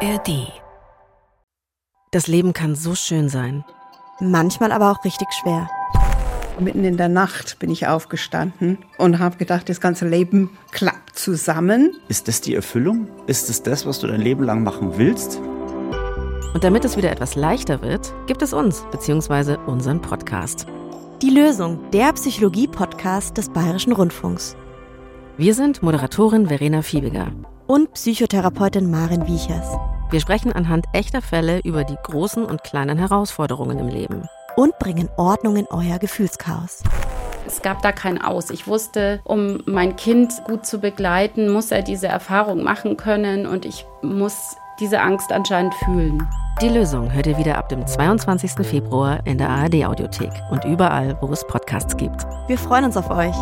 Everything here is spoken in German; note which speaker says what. Speaker 1: ARD. Das Leben kann so schön sein.
Speaker 2: Manchmal aber auch richtig schwer.
Speaker 3: Mitten in der Nacht bin ich aufgestanden und habe gedacht, das ganze Leben klappt zusammen.
Speaker 4: Ist das die Erfüllung? Ist es das, was du dein Leben lang machen willst?
Speaker 1: Und damit es wieder etwas leichter wird, gibt es uns bzw. unseren Podcast.
Speaker 2: Die Lösung, der Psychologie-Podcast des Bayerischen Rundfunks.
Speaker 1: Wir sind Moderatorin Verena Fiebiger.
Speaker 2: Und Psychotherapeutin Marin Wiechers.
Speaker 1: Wir sprechen anhand echter Fälle über die großen und kleinen Herausforderungen im Leben.
Speaker 2: Und bringen Ordnung in euer Gefühlschaos.
Speaker 5: Es gab da kein Aus. Ich wusste, um mein Kind gut zu begleiten, muss er diese Erfahrung machen können und ich muss diese Angst anscheinend fühlen.
Speaker 1: Die Lösung hört ihr wieder ab dem 22. Februar in der ARD Audiothek und überall, wo es Podcasts gibt.
Speaker 2: Wir freuen uns auf euch.